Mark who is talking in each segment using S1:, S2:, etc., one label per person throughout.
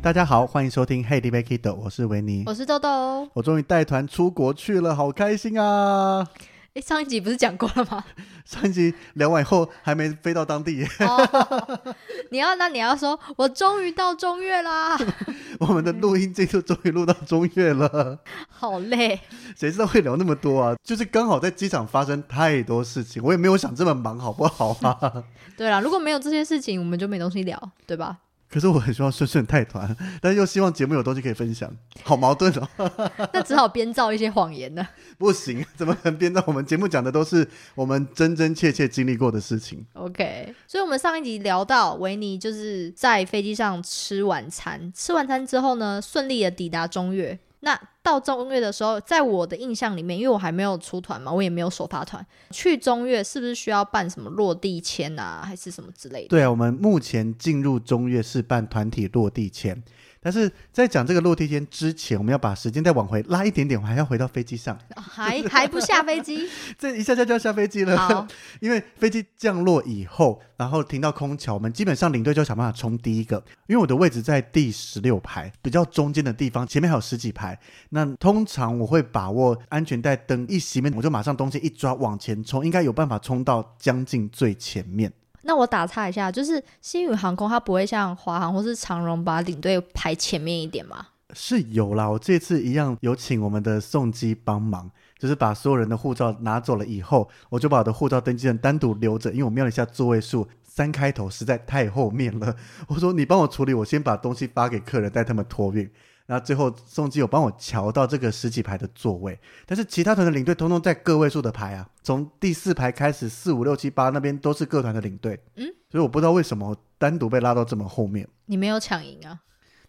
S1: 大家好，欢迎收听 Hey, d b Kido，我是维尼。
S2: 我是豆哦豆。
S1: 我终于带团出国去了，好开心啊！
S2: 哎，上一集不是讲过了吗？
S1: 上一集聊完以后还没飞到当地，
S2: 哦，你要那你要说，我终于到中越啦，
S1: 我们的录音进度终于录到中越了。
S2: 好累。
S1: 谁知道会聊那么多啊？就是刚好在机场发生太多事情，我也没有想这么忙，好不好啊？
S2: 对啦，如果没有这些事情，我们就没东西聊，对吧？
S1: 可是我很希望顺顺带团，但是又希望节目有东西可以分享，好矛盾哦！
S2: 那只好编造一些谎言了。
S1: 不行，怎么可能编到我们节目讲的都是我们真真切切经历过的事情？
S2: OK，所以我们上一集聊到维尼就是在飞机上吃晚餐，吃晚餐之后呢，顺利的抵达中越。那到中越的时候，在我的印象里面，因为我还没有出团嘛，我也没有首发团，去中越是不是需要办什么落地签啊，还是什么之类的？
S1: 对啊，我们目前进入中越是办团体落地签，但是在讲这个落地签之前，我们要把时间再往回拉一点点，我还要回到飞机上，
S2: 还还不下飞 机？
S1: 这一下下就要下飞机
S2: 好
S1: 了。因为飞机降落以后，然后停到空桥，我们基本上领队就要想办法冲第一个，因为我的位置在第十六排，比较中间的地方，前面还有十几排。那通常我会把握安全带灯一熄灭，我就马上东西一抓往前冲，应该有办法冲到将近最前面。
S2: 那我打岔一下，就是星宇航空它不会像华航或是长荣把领队排前面一点吗？
S1: 是有啦，我这次一样有请我们的送机帮忙，就是把所有人的护照拿走了以后，我就把我的护照登记证单独留着，因为我瞄了一下座位数，三开头实在太后面了。 我说你帮我处理，我先把东西发给客人，带他们托运。然后最后送机有帮我瞧到这个十几排的座位，但是其他团的领队通通在个位数的排啊，从第四排开始，四五六七八那边都是各团的领队。
S2: 嗯，
S1: 所以我不知道为什么我单独被拉到这么后面。
S2: 你没有抢赢啊，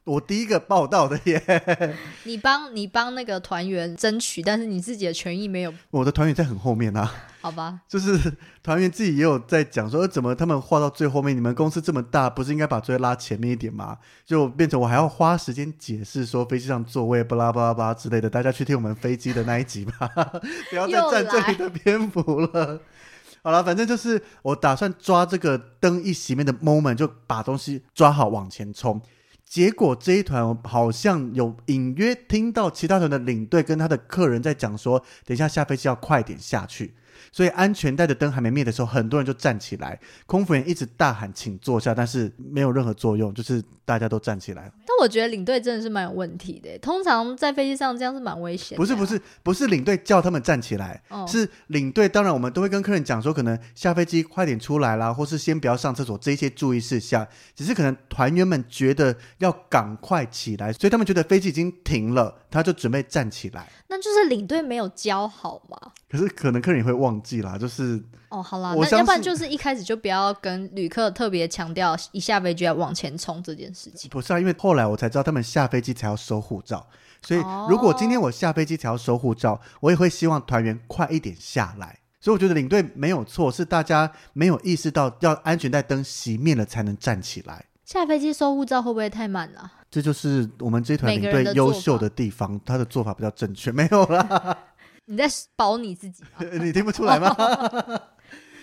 S1: 我第一个报道的耶，
S2: 你帮你帮那个团员争取，但是你自己的权益没有，
S1: 我的团员在很后面啊。
S2: 好吧？
S1: 就是团员自己也有在讲说，呃怎么他们画到最后面？你们公司这么大，不是应该把座位拉前面一点吗？就变成我还要花时间解释说飞机上座位巴拉巴拉巴拉之类的。大家去听我们飞机的那一集吧， 不要再占这里的篇幅了。 好了，反正就是我打算抓这个灯一熄灭的 moment，就把东西抓好往前冲。结果这一团我好像有隐约听到其他团的领队跟他的客人在讲说，等一下下飞机要快点下去。所以安全带的灯还没灭的时候，很多人就站起来，空服员一直大喊“请坐下”，但是没有任何作用，就是大家都站起来了。
S2: 但我觉得领队真的是蛮有问题的，欸通常在飞机上这样是蛮危险的啊。
S1: 不是不是不是领队叫他们站起来，
S2: 哦，
S1: 是领队。当然我们都会跟客人讲说，可能下飞机快点出来啦，或是先不要上厕所这些注意事项。只是可能团员们觉得要赶快起来，所以他们觉得飞机已经停了，他就准备站起来。
S2: 那就是领队没有教好嘛。
S1: 可是可能客人也会忘记啦，就是
S2: 哦，好啦，
S1: 我
S2: 那
S1: 相
S2: 要不然
S1: 信
S2: 就是一开始就不要跟旅客特别强调一下飞机要往前冲这件事情。
S1: 不是啊，因为后来我才知道他们下飞机才要收护照，所以
S2: 哦
S1: 如果今天我下飞机才要收护照，我也会希望团员快一点下来。所以我觉得领队没有错，是大家没有意识到要安全带灯熄灭了才能站起来。
S2: 下飞机收护照会不会太慢啊了、
S1: 这就是我们这一团
S2: 每
S1: 领
S2: 个人
S1: 队
S2: 的
S1: 优
S2: 做
S1: 秀
S2: 法
S1: 的地方，他的做法比较正确。没有啦，
S2: 你在保你自己吗？
S1: 你听不出来吗？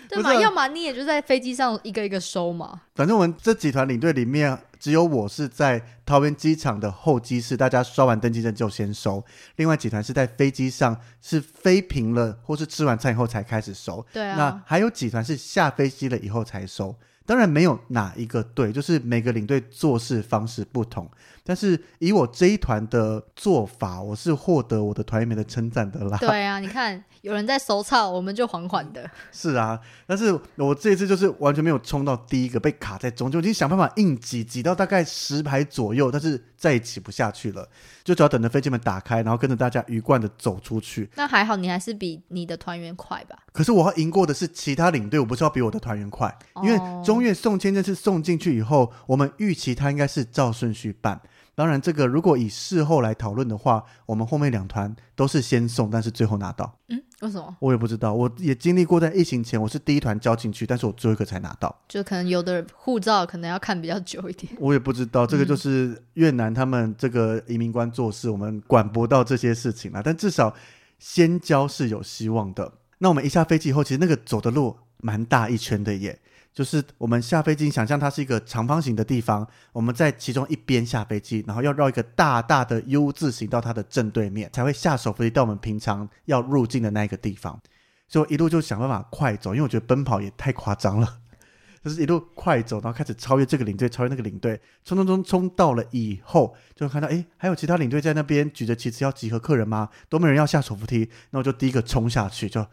S2: 对
S1: 不
S2: 嘛？
S1: 是啊
S2: 要么你也就在飞机上一个一个收嘛。
S1: 反正我们这几团领队里面，只有我是在桃园机场的候机室，大家刷完登机证就先收；另外几团是在飞机上是飞平了，或是吃完餐以后才开始收。
S2: 对
S1: 那
S2: 啊，
S1: 还有几团是下飞机了以后才收。当然没有哪一个对，就是每个领队做事方式不同。但是以我这一团的做法，我是获得我的团员们的称赞的啦。
S2: 对啊，你看有人在手操，我们就缓缓的。
S1: 是啊，但是我这一次就是完全没有冲到第一个，被卡在中间，我已经想办法硬挤，挤到大概十排左右，但是再也挤不下去了，就只好等着飞机门打开，然后跟着大家鱼贯的走出去。
S2: 那还好，你还是比你的团员快吧？
S1: 可是我要赢过的是其他领队，我不是要比我的团员快，因为中越送签证是送进去以后，我们预期他应该是照顺序办。当然，这个如果以事后来讨论的话，我们后面两团都是先送，但是最后拿到。
S2: 嗯，为什么？
S1: 我也不知道，我也经历过，在疫情前我是第一团交进去，但是我最后一个才拿到。
S2: 就可能有的护照可能要看比较久一点。
S1: 我也不知道，这个就是越南他们这个移民官做事，我们管不到这些事情啦。但至少先交是有希望的。那我们一下飞机以后，其实那个走的路蛮大一圈的耶。就是我们下飞机，想象它是一个长方形的地方，我们在其中一边下飞机，然后要绕一个大大的 U 字形到它的正对面，才会下手飞机到我们平常要入境的那一个地方。所以我一路就想办法快走，因为我觉得奔跑也太夸张了， 就是一路快走，然后开始超越这个领队，超越那个领队，冲冲冲冲到了以后，就看到诶，还有其他领队在那边举着旗子要集合客人吗？都没人要下手扶梯，那我就第一个冲下去，就哦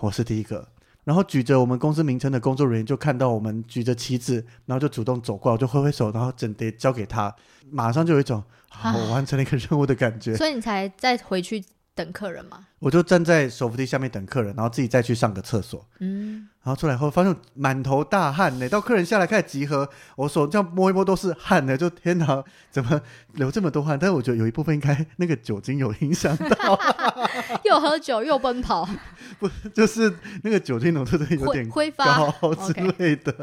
S1: 我是第一个。 然后举着我们公司名称的工作人员就看到我们举着旗子，然后就主动走过来，我就挥挥手，然后整叠交给他，马上就有一种、 啊、我完成了一个任务的感觉。
S2: 所以你才再回去等客人吗？
S1: 我就站在手扶梯下面等客人，然后自己再去上个厕所。
S2: 嗯，
S1: 然后出来后发现我满头大汗呢，到客人下来开始集合，我手这样摸一摸都是汗呢，就天哪，怎么流这么多汗？但是我觉得有一部分应该那个酒精有影响到，
S2: 又喝酒又奔跑，
S1: 不就是那个酒精浓度真的有点
S2: 挥挥发
S1: 高之
S2: OK
S1: 类的。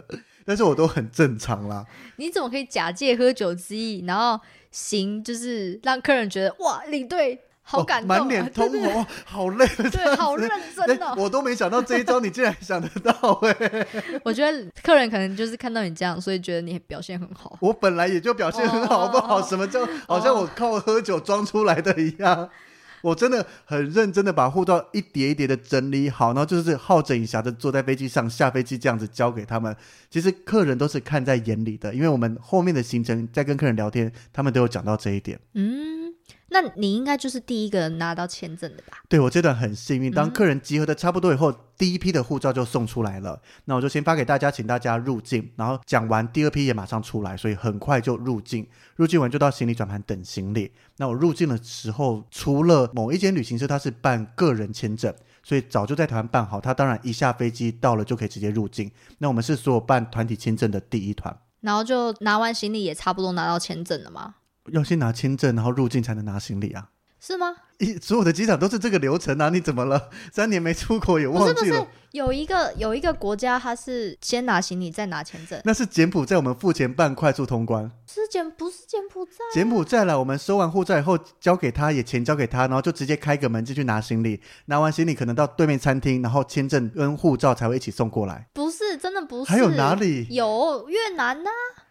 S1: 但是我都很正常啦，
S2: 你怎么可以假借喝酒之意，然后行就是让客人觉得哇，领队好
S1: 哦
S2: 感动、啊，
S1: 满脸通
S2: 对
S1: 红，哇好累啊，
S2: 对
S1: 这
S2: 对，
S1: 样
S2: 好
S1: 子
S2: 认
S1: 哎
S2: 真 哦。
S1: 我都没想到这一招，你竟然想得到哎、
S2: 我觉得客人可能就是看到你这样，所以觉得你表现很好。
S1: 我本来也就表现很好，
S2: 哦
S1: 不好什么叫好像我靠喝酒装出来的一样。 我真的很认真的把护照一叠一叠的整理好，然后就是好整以暇的坐在飞机上下飞机这样子交给他们。其实客人都是看在眼里的，因为我们后面的行程在跟客人聊天，他们都有讲到这一点。
S2: 嗯，那你应该就是第一个拿到签证的吧？
S1: 对我这段很幸运，
S2: 嗯
S1: 当客人集合的差不多以后，第一批的护照就送出来了。那我就先发给大家，请大家入境。然后讲完，第二批也马上出来，所以很快就入境。入境完就到行李转盘等行李。那我入境的时候，除了某一间旅行社它是办个人签证，所以早就在台湾办好，他当然一下飞机到了就可以直接入境。那我们是所有办团体签证的第一团，
S2: 然后就拿完行李也差不多拿到签证了吗？
S1: 要先拿签证，然后入境才能拿行李啊。
S2: 是吗？
S1: 一所有的机场都是这个流程啊！你怎么了？三年没出国也
S2: 不
S1: 忘
S2: 是不
S1: 记了
S2: 是。，有一个有一个国家它是先拿行李再拿签证，
S1: 那是柬埔寨，我们付钱办快速通关。
S2: 是柬不是柬埔寨？
S1: 柬埔寨了，我们收完护照以后交给他，也钱交给他，然后就直接开个门进去拿行李，拿完行李可能到对面餐厅，然后签证跟护照才会一起送过来。
S2: 不是，真的不是。
S1: 还有哪里？
S2: 有越南呢、啊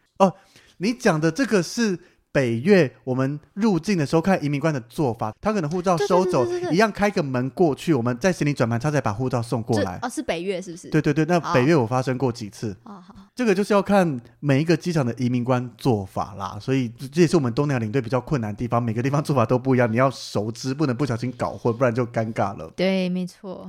S1: 你讲的这个是。北越，我们入境的时候看移民官的做法，他可能护照
S2: 对对
S1: 收
S2: 对
S1: 走
S2: 对对，对
S1: 一样开个门过去，我们在行李转盘，他才把护照送过
S2: 这
S1: 来。
S2: 哦，是北越是不是？
S1: 对对对，那
S2: 哦
S1: 北越我发生过几次，
S2: 啊、好好
S1: 这个就是要看每一个机场的移民官做法啦，所以这也是我们东南亚领队比较困难的地方，每个地方做法都不一样，你要熟知，不能不小心搞混，不然就尴尬了。
S2: 对，没错。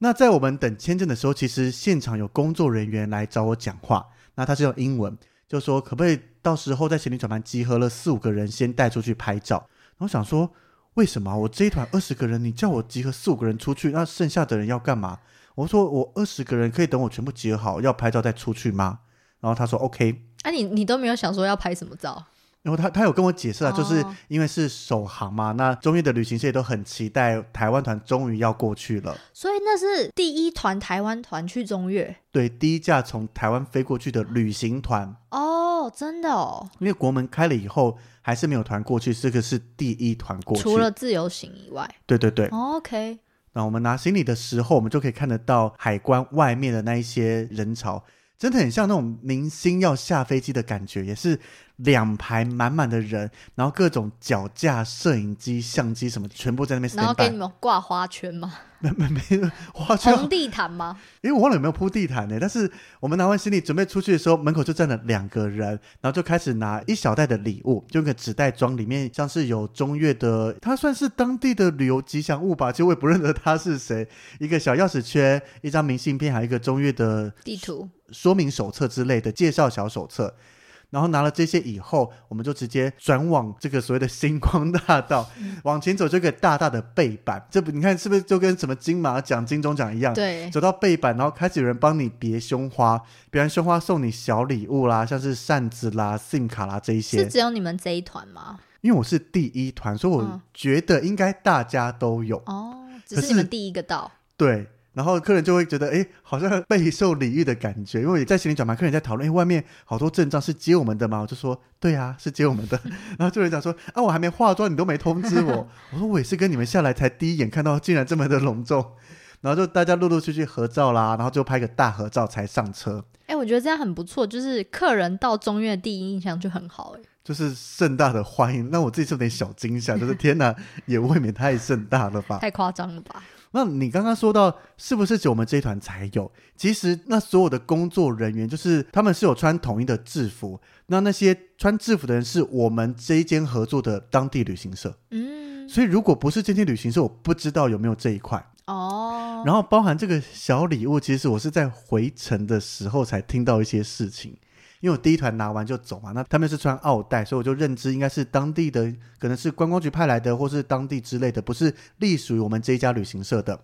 S1: 那在我们等签证的时候，其实现场有工作人员来找我讲话，那他是用英文，就说可不可以到时候在行李转盘集合了四五个人，先带出去拍照。然后想说，为什么啊我这一团二十个人，你叫我集合四五个人出去，那剩下的人要干嘛？我说我二十个人可以等我全部集合好，要拍照再出去吗？然后他说 OK。
S2: 啊你，你都没有想说要拍什么照？
S1: 然后他他有跟我解释啊，
S2: 哦
S1: 就是因为是首航嘛，那中越的旅行社也都很期待台湾团终于要过去了。
S2: 所以那是第一团台湾团去中越
S1: 对，第一架从台湾飞过去的旅行团，
S2: 哦，真的哦，
S1: 因为国门开了以后还是没有团过去，这个是第一团过去。
S2: 除了自由行以外、
S1: 对对对，
S2: 哦 o k
S1: 那我们拿行李的时候，我们就可以看得到海关外面的那一些人潮，真的很像那种明星要下飞机的感觉，也是两排满满的人，然后各种脚架、摄影机、相机什么，全部在那边
S2: 然后
S1: stand
S2: 给你
S1: by。
S2: 们挂花圈吗？
S1: 没没没，花圈，
S2: 红地 毯吗？
S1: 因为我忘了有没有铺地毯呢、但是我们拿完行李准备出去的时候，门口就站了两个人，然后就开始拿一小袋的礼物，就用个纸袋装，里面像是有中越的，它算是当地的旅游吉祥物吧，其实我也不认得它是谁，一个小钥匙圈，一张明信片，还有一个中越的
S2: 地图
S1: 说明手册之类的介绍小手册。然后拿了这些以后，我们就直接转往这个所谓的星光大道，
S2: 嗯
S1: 往前走就有一个大大的背板，这不你看是不是就跟什么金马奖、金钟奖一样？
S2: 对，
S1: 走到背板，然后开始有人帮你别胸花，别完胸花送你小礼物啦，像是扇子啦、SIM 卡啦这一
S2: 是
S1: 些。
S2: 只有你们这一团吗？
S1: 因为我是第一团，所以我
S2: 嗯
S1: 觉得应该大家都有、
S2: 哦，只
S1: 可
S2: 是
S1: 是
S2: 你们第一个到，
S1: 对。然后客人就会觉得，哎，好像备受礼遇的感觉，因为在行李转盘，客人在讨论，哎，外面好多阵仗是接我们的吗？我就说，对啊，是接我们的。 然后就有人讲说，啊，我还没化妆，你都没通知我。我说我也是跟你们下来才第一眼看到，竟然这么的隆重。 然后就大家陆陆续续合照啦，然后就拍个大合照才上车。
S2: 哎、我觉得这样很不错，就是客人到中越第一印象就很
S1: 啊
S2: 好、哎，
S1: 就是盛大的欢迎，那我自己是有点小惊吓，就是天哪，也未免太盛大了吧？
S2: 哎太夸张了吧？
S1: 那你刚刚说到，是不是只有我们这一团才有？其实那所有的工作人员，就是他们是有穿统一的制服，那那些穿制服的人是我们这一间合作的当地旅行社，
S2: 嗯，
S1: 所以如果不是这间旅行社，我不知道有没有这一块。
S2: 哦，
S1: 然后包含这个小礼物，其实我是在回程的时候才听到一些事情，因为我第一团拿完就走嘛，那他们是穿奥黛，所以我就认知应该是当地的，可能是观光局派来的，或是当地之类的，不是隶属于我们这一家旅行社的。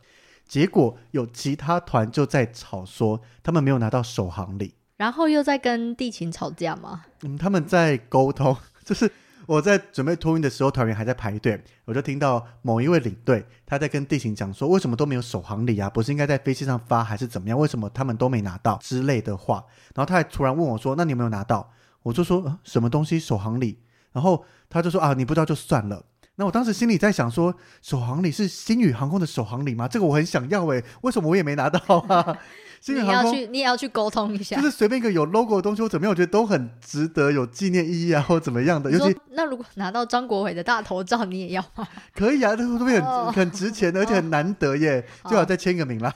S1: 结果有其他团就在吵说，他们没有拿到首航礼，
S2: 然后又在跟地勤吵架吗？
S1: 嗯，他们在沟通， 就是我在准备托运的时候，团员还在排队，我就听到某一位领队他在跟地勤讲说，为什么都没有首航礼啊？不是应该在飞机上发还是怎么样？为什么他们都没拿到之类的话？然后他还突然问我说，那你有没有拿到？我就说、呃什么东西首航礼？然后他就说啊，你不知道就算了。那我当时心里在想说，首航礼是星宇航空的首航礼吗？这个我很想要诶、为什么我也没拿到啊？ 星宇
S2: 你
S1: 航
S2: 要
S1: 空
S2: 去，你也要去沟通一下
S1: 就。是随便一个有 logo 的东西或怎么样，我觉得都很值得有纪念意义啊，或怎么样的，
S2: 你
S1: 尤
S2: 说
S1: 其
S2: 那如果拿到张国伟的大头照，你也要吗？
S1: 可以啊，这个东西很、
S2: 哦
S1: 很值钱 的，而且很难得耶，
S2: 好
S1: 最好再签个名啦。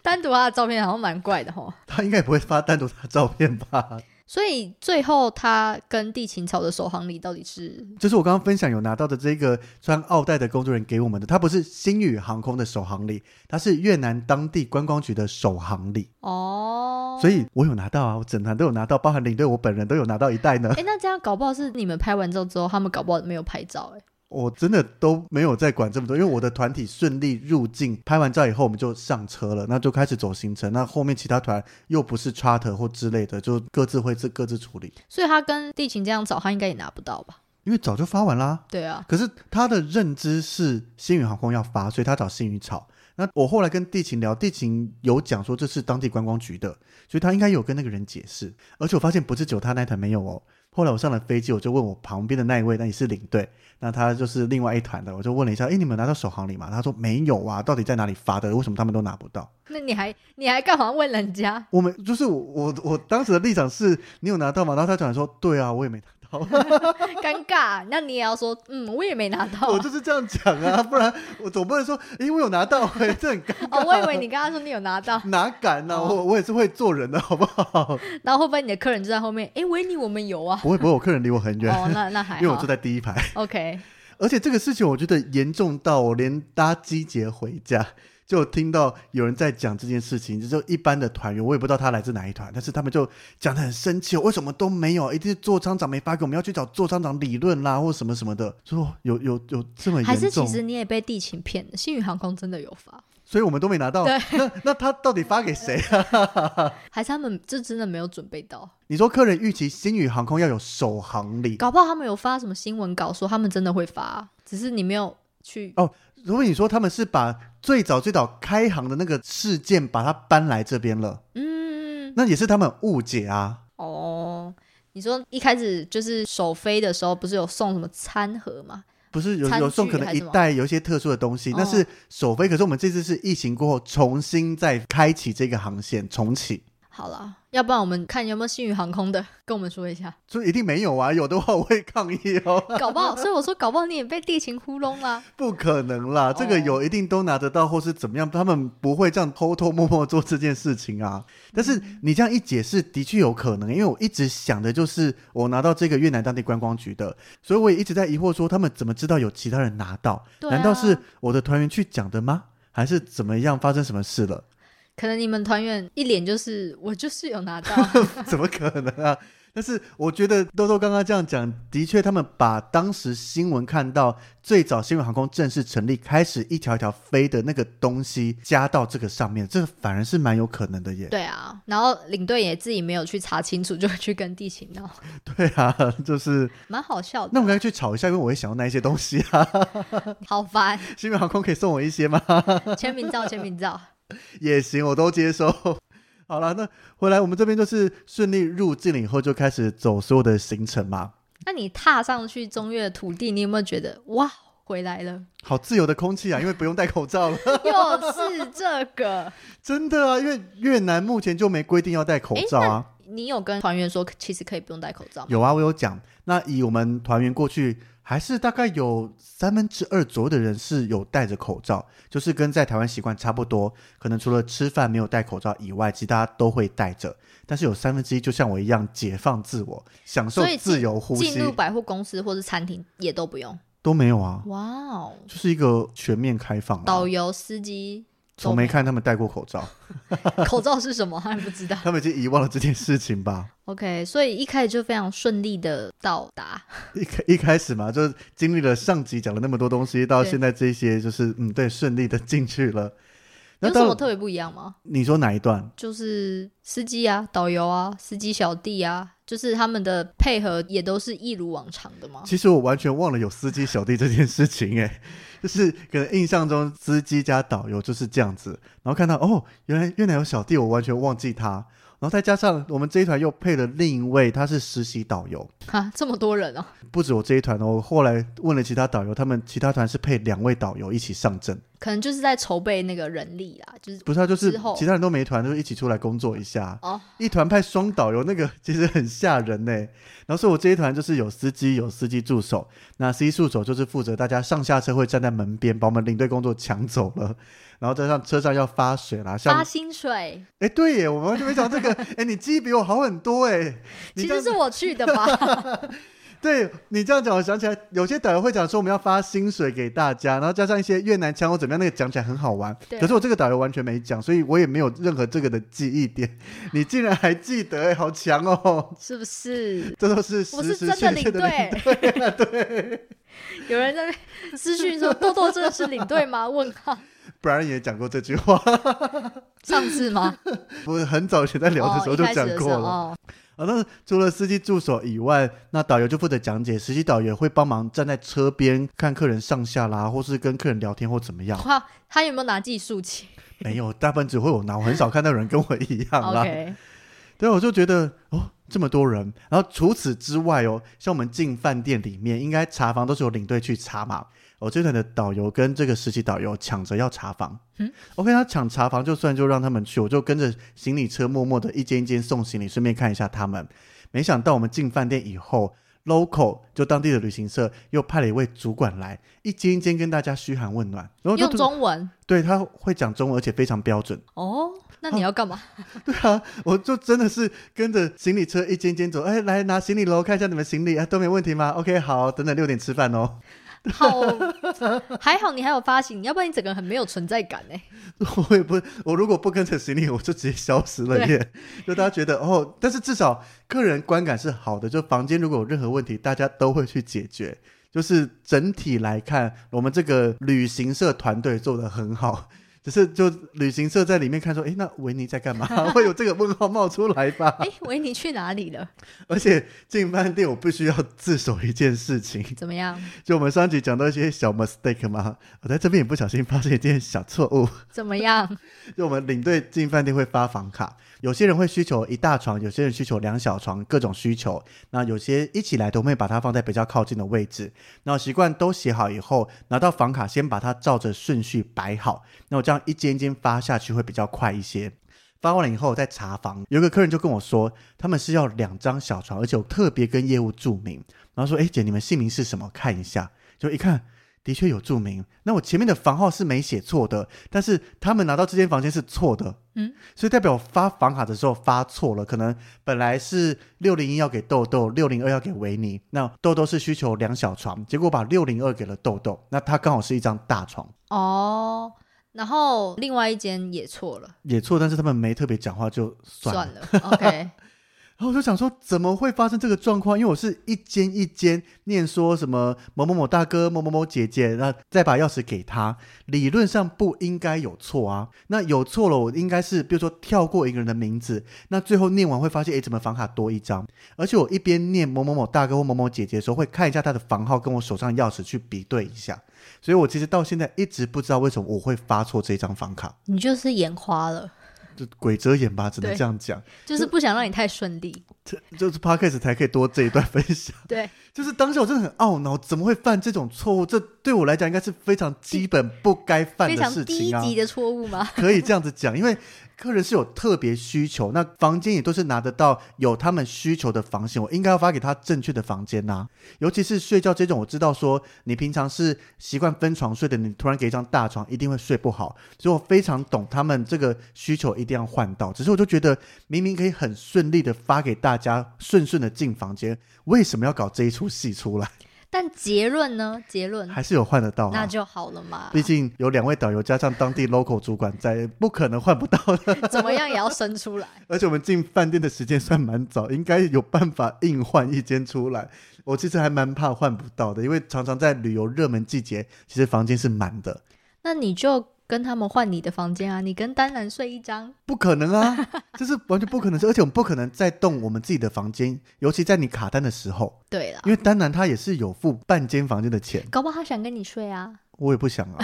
S2: 单独他的照片好像蛮怪的哈。
S1: 他应该也不会发单独他的照片 吧？
S2: 所以最后他跟地勤吵的首航礼到底是
S1: 就是我刚刚分享有拿到的这个穿奥黛的工作人员给我们的，它不是星宇航空的首航礼，它是越南当地观光局的首航礼，
S2: 哦，
S1: 所以我有拿到啊，我整团都有拿到，包含领队我本人都有拿到一袋呢
S2: 哎、。那这样搞不好是你们拍完照之后，他们搞不好没有拍照哎、
S1: 我真的都没有在管这么多，因为我的团体顺利入境，拍完照以后我们就上车了，那就开始走行程。那后面其他团又不是 charter 或之类的，就各自会自各自处理，
S2: 所以他跟地勤这样吵，他应该也拿不到吧？
S1: 因为早就发完啦。
S2: 对啊，
S1: 可是他的认知是星宇航空要发，所以他找星宇吵。那我后来跟地勤聊，地勤有讲说这是当地观光局的，所以他应该有跟那个人解释。而且我发现不是只有他那一团没有哦。后来我上了飞机，我就问我旁边的那一位，那也是领队，那他就是另外一团的，我就问了一下，诶，你们拿到首航礼吗？他说没有啊，到底在哪里发的？为什么他们都拿不到？
S2: 那你还你还干嘛问人家？
S1: 我们就是我我我当时的立场是你有拿到吗？然后他讲说对啊，我也没拿到。
S2: 尴尬，啊那你也要说，嗯，我也没拿到
S1: 我
S2: 啊、
S1: 就是这样讲啊，不然我总不能说，诶，我有拿到、诶，这很尴尬。
S2: 哦，我以为你刚刚说你有拿到，
S1: 哪敢呢、
S2: 哦
S1: 我我也是会做人的，好不 好？
S2: 然后会不会你的客人就在后面？哎，维尼，我们有啊。
S1: 不会不会，我客人离我很远，
S2: 哦，那那还
S1: 因为我
S2: 好
S1: 坐。在第一排。
S2: OK，
S1: 而且这个事情我觉得严重到我连搭机捷回家就听到有人在讲这件事情，就是一般的团员，我也不知道他来自哪一团，但是他们就讲的很生气，为什么都没有，一定是座舱长没发给我们，要去找座舱长理论啦，或什么什么的，就说有有有这么
S2: 还是
S1: 严
S2: 其
S1: 重，
S2: 实你也被地勤骗了，星宇航空真的有发，
S1: 所以我们都没拿到。
S2: 对
S1: 那那他到底发给谁 啊？
S2: 还是他们就真的没有准备到？
S1: 你说客人预期星宇航空要有首航礼，
S2: 搞不好他们有发什么新闻稿说他们真的会发，只是你没有去。
S1: 如果你说他们是把最早最早开航的那个事件把它搬来这边了，
S2: 嗯，
S1: 那也是他们误解啊。
S2: 哦，你说一开始就是首飞的时候，不是有送什么餐盒吗？
S1: 不是有
S2: 餐具
S1: 有送可能一袋有一些特殊的东西
S2: 还，是
S1: 那
S2: 什么
S1: 是首飞。可是我们这次是疫情过后重新再开启这个航线重启，
S2: 好了，要不然我们看有没有星宇航空的，跟我们说一下，
S1: 就一定没有啊，有的话我会抗议哦，
S2: 搞不好，所以我说搞不好你也被地勤糊弄啦。
S1: 不可能
S2: 哦
S1: 啦，这个有一定都拿得到，或是怎么样，他们不会这样偷偷摸摸做这件事情啊。但是
S2: 嗯
S1: 你这样一解释，的确有可能，因为我一直想的就是我拿到这个越南当地观光局的，所以我也一直在疑惑说，他们怎么知道有其他人拿到？
S2: 对啊
S1: 难道是我的团员去讲的吗？还是怎么样发生什么事了？
S2: 可能你们团员一脸就是我就是有拿到，啊
S1: 怎么可能啊？但是我觉得豆豆刚刚这样讲，的确，他们把当时新闻看到最早新闻航空正式成立开始一条一条飞的那个东西加到这个上面，这反而是蛮有可能的耶。
S2: 对啊，然后领队也自己没有去查清楚，就去跟地勤闹，
S1: 对啊，就是
S2: 蛮好笑的，
S1: 那我该去炒一下，因为我也想要那一些东西啊。
S2: 好烦，
S1: 新闻航空可以送我一些吗？
S2: 签名照，签名照。
S1: 也行，我都接受。 好了，那回来我们这边就是顺利入境了以后，就开始走所有的行程嘛。
S2: 那你踏上去中越的土地，你有没有觉得哇，回来了？
S1: 好自由的空气啊，因为不用戴口罩了。
S2: 又是这个，
S1: 真的啊，因为越南目前就没规定要戴口罩啊。
S2: 你有跟团员说其实可以不用戴口罩吗？
S1: 有啊，我有讲。那以我们团员过去，还是大概有三分之二左右的人是有戴着口罩，就是跟在台湾习惯差不多。可能除了吃饭没有戴口罩以外，其实大家都会戴着。但是有三分之一就像我一样解放自我，享受
S2: 所以
S1: 自由呼
S2: 进
S1: 吸
S2: 入百货公司或是餐厅也都不用。
S1: 都没有啊，
S2: 哇哦，
S1: 就是一个全面开放、啊
S2: 导。游、司机
S1: 从没看他们戴过口罩，
S2: 口罩是什么， 他还不知道。
S1: 他们已经遗忘了这件事情吧？
S2: OK，所以一开始就非常顺利的到达。
S1: 一开一开始嘛，就是经历了上集讲了那么多东西，到
S2: 对
S1: 现在这些就是嗯，对，顺利的进去了。那
S2: 有什么
S1: 到
S2: 特别不一样吗？
S1: 你说哪一段？
S2: 哦就是司机啊、导游啊、司机小弟啊，就是他们的配合也都是一如往常的吗？
S1: 其实我完全忘了有司机小弟这件事情，哎， 就是可能印象中司机加导游就是这样子，然后看到哦，原来越南有小弟，我完全忘记他。然后再加上我们这一团又配了另一位，他是实习导游，
S2: 哈，这么多人哦、
S1: 不止我这一团哦。我后来问了其他导游，他们其他团是配两位导游一起上阵，
S2: 可能就是在筹备那个人力啦，就是
S1: 不是、啊，就是
S2: 之后
S1: 其他人都没团，就一起出来工作一下。
S2: 哦，
S1: 一团派双导游，那个 其实很吓人呢。然后所以我这一团就是有司机，有司机助手。那司机助手就是负责大家上下车会站在门边，把我们领队工作抢走了。然后加上车上要发水啦，
S2: 发
S1: 像
S2: 薪水，
S1: 哎对耶，我们完全没讲这 个。哎，你记忆比我好很多哎。你
S2: 其
S1: 这样
S2: 实是我去的吧？
S1: 对你这样讲，我想起来，有些导游会讲说我们要发薪水给大家，然后加上一些越南腔或怎么样，那个讲起来很好玩。
S2: 对啊
S1: 可是我这个导游完全没讲，所以我也没有任何这个的记忆点。你竟然还记得，哎，好强哦！
S2: 是不是？
S1: 这都是
S2: 我
S1: 实
S2: 是
S1: 实
S2: 真的
S1: 现
S2: 领
S1: 现的
S2: 队，对 有人在那边私讯说豆豆真的是领队吗？问号，
S1: 不然也讲过这句话，
S2: 上次吗？
S1: 我很早以前在 聊的时候
S2: 哦
S1: 就
S2: 一开始
S1: 讲
S2: 的时
S1: 过
S2: 候
S1: 了。
S2: 哦
S1: 啊，那除了司机助手以外，那导游就负责讲解，实习导游会帮忙站在车边看客人上下啦，或是跟客人聊天或怎么 样。
S2: 哇，他有没有拿计数器
S1: 没有，大部分只会我拿，我很少看到有人跟我一样啦。
S2: ？OK，
S1: 对，我就觉得哦，这么多人。然后除此之外哦，像我们进饭店里面，应该查房都是有领队去查嘛。我、这团的导游跟这个实习导游抢着要查房。
S2: 嗯
S1: 我跟他抢查房，就算就让他们去，我就跟着行李车默默的一间一间送行李，顺便看一下他们。没想到我们进饭店以后，local 就当地的旅行社又派了一位主管来，一间一间跟大家嘘寒问暖。然后就
S2: 用中文
S1: 对他会讲中文，而且非常标准。
S2: 哦。那你要干嘛？
S1: 对啊，我就真的是跟着行李车一间间走，哎，来拿行李喽，看一下你们行李啊，都没问题吗？OK，好，等等六点吃饭哦。
S2: 好，还 好你还有发行，要不然你整个很没有存在感哎。
S1: 我也不，我如果不跟着行李，我就直接消失了耶。就大家觉得哦，但是至少客人观感是好的，就房间如果有任何问题，大家都会去解决。就是整体来看，我们这个旅行社团队做的很好。只是就旅行社在里面看说，哎，那维尼在干嘛？ 会有这个问号冒出来吧？
S2: 哎，维尼去哪里了？
S1: 而且进饭店我必须要自首一件事情，
S2: 怎么样？
S1: 就我们上集讲到一些小 mistake 嘛，我在这边也不小心发现一件小错误，
S2: 怎么样？
S1: 就我们领队进饭店会发房卡，有些人会需求一大床，有些人需求两小床，各种需求。那有些一起来的，我们会把它放在比较靠近的位置。那习惯都写好以后，拿到房卡先把它照着顺序摆好，那我这样一间一间发下去会比较快一些。发完了以后在查房，有一个客人就跟我说，他们是要两张小床，而且我特别跟业务注明，然后说：“哎姐，你们姓名是什么？看一下。”就一看，的确有注明。那我前面的房号是没写错的，但是他们拿到这间房间是错的，
S2: 嗯，
S1: 所以代表我发房卡的时候发错了，可能本来是六零一要给豆豆，六零二要给维尼，那豆豆是需求两小床，结果把六零二给了豆豆，那他刚好是一张大床。
S2: 哦，然后另外一间也错了，
S1: 也错，但是他们没特别讲话就算了。
S2: 算了，OK，
S1: 然后我就想说，怎么会发生这个状况？因为我是一间一间念说什么某某某大哥、某某某姐姐，那再把钥匙给他，理论上不应该有错啊。那有错了，我应该是比如说跳过一个人的名字，那最后念完会发现，诶，怎么房卡多一张？而且我一边念某某某大哥或某某姐姐的时候，会看一下他的房号跟我手上钥匙去比对一下。所以我其实到现在一直不知道为什么我会发错这张房卡，
S2: 你就是眼花了，
S1: 就鬼遮眼吧，只能
S2: 对
S1: 这样讲。
S2: 就是不想让你太顺利，
S1: 这就是 podcast 才可以多这一段分享。
S2: 对，
S1: 就是当时我真的很懊恼，怎么会犯这种错误？这对我来讲应该是非常基本不该 犯
S2: 非
S1: 的
S2: 常
S1: 事
S2: 低
S1: 情啊。
S2: 级的错误吗？
S1: 可以这样子讲，因为客人是有特别需求，那房间也都是拿得到有他们需求的房型，我应该要发给他正确的房间呐、尤其是睡觉这种，我知道说你平常是习惯分床睡的，你突然给一张大床，一定会睡不好，所以我非常懂他们这个需求，一定要换到。只是我就觉得明明可以很顺利的发给大家，顺顺的进房间，为什么要搞这一出戏出来？
S2: 但结论呢？结论
S1: 还是有换得到
S2: 那
S1: 啊。
S2: 就好了嘛，
S1: 毕竟有两位导游加上当地 local 主管在，不可能换不到的。
S2: 怎么样也要生出来。
S1: 而且我们进饭店的时间算蛮早，应该有办法硬换一间出来。我其实还蛮怕换不到的，因为常常在旅游热门季节，其实房间是满的。
S2: 那你就跟他们换你的房间啊，你跟丹兰睡一张。
S1: 不可能 啊，这是完全不可能的事。而且我们不可能再动我们自己的房间，尤其在你卡单的时候，
S2: 对啦
S1: 因，为丹南他也是有付半间房间的钱，
S2: 搞不好他想跟你睡啊。
S1: 我也不想 啊。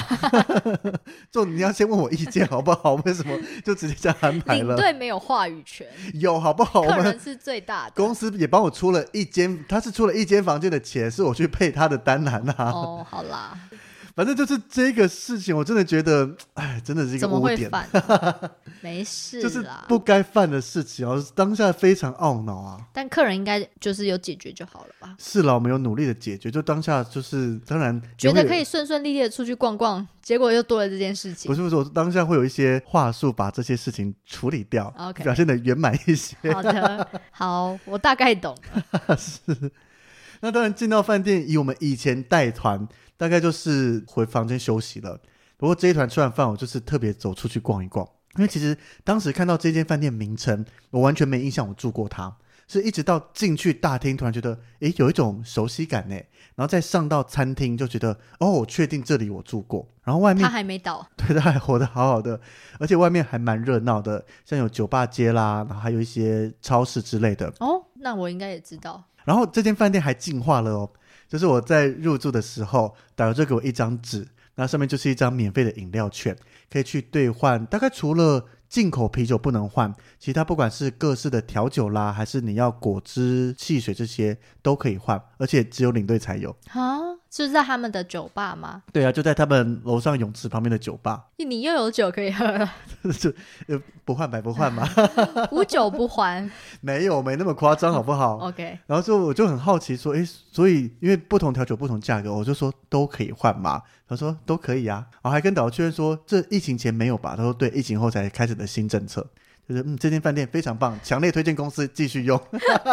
S1: 就你要先问我意见好不好？为什么就直接这样安排
S2: 领
S1: 了？
S2: 队没有话语权，
S1: 有好不好？ 我
S2: 客
S1: 们
S2: 人是最大的。
S1: 公司也帮我出了一间，他是出了一间房间的钱，是我去配他的单栏啊。
S2: 哦，好啦，
S1: 反正就是这个事情，我真的觉得，哎，真的是一个
S2: 怎么
S1: 污
S2: 会
S1: 点，
S2: 反？没事啊
S1: 就是
S2: 啦，
S1: 不该犯的事情，然后当下非常懊恼啊。
S2: 但客人应该就是有解决就好了吧？
S1: 是啦，我们有努力的解决，就当下就是当然
S2: 觉
S1: 也
S2: 得
S1: 会有
S2: 可以顺顺利利的出去逛逛，结果又多了这件事情
S1: 不。是不是，我当下会有一些话术把这些事情处理掉
S2: 哦 OK
S1: 表现的圆满一些。
S2: 好的，好，我大概 懂了。
S1: 那当然，进到饭店，以我们以前带团，大概就是回房间休息了。不过这一团吃完饭，我就是特别走出去逛一逛，因为其实当时看到这间饭店名称，我完全没印象我住过它，是一直到进去大厅，突然觉得，诶，有一种熟悉感呢。然后再上到餐厅，就觉得，哦，我确定这里我住过。然后外面
S2: 他还没倒，
S1: 对，他还活得好好的，而且外面还蛮热闹的，像有酒吧街啦，然后还有一些超市之类的。
S2: 哦，那我应该也知道。
S1: 然后这间饭店还进化了哦，就是我在入住的时候，导游就给我一张纸，那上面就是一张免费的饮料券，可以去兑换。大概除了进口啤酒不能换，其他不管是各式的调酒啦，还是你要果汁、汽水这些都可以换，而且只有领队才有。
S2: 啊，是在他们的酒吧吗？
S1: 对啊，就在他们楼上泳池旁边的酒吧，
S2: 你又有酒可以喝了，
S1: 就呃不换白不换嘛，
S2: 无酒不欢。
S1: 没有没那么夸张好不好？
S2: OK，
S1: 然后就我就很好奇说，诶，所以因为不同调酒不同价格，我就说都可以换嘛。他说都可以啊，然后还跟导游确认说这疫情前没有吧？他说对，疫情后才开始的新政策，就是嗯，这间饭店非常棒，强烈推荐公司继续用。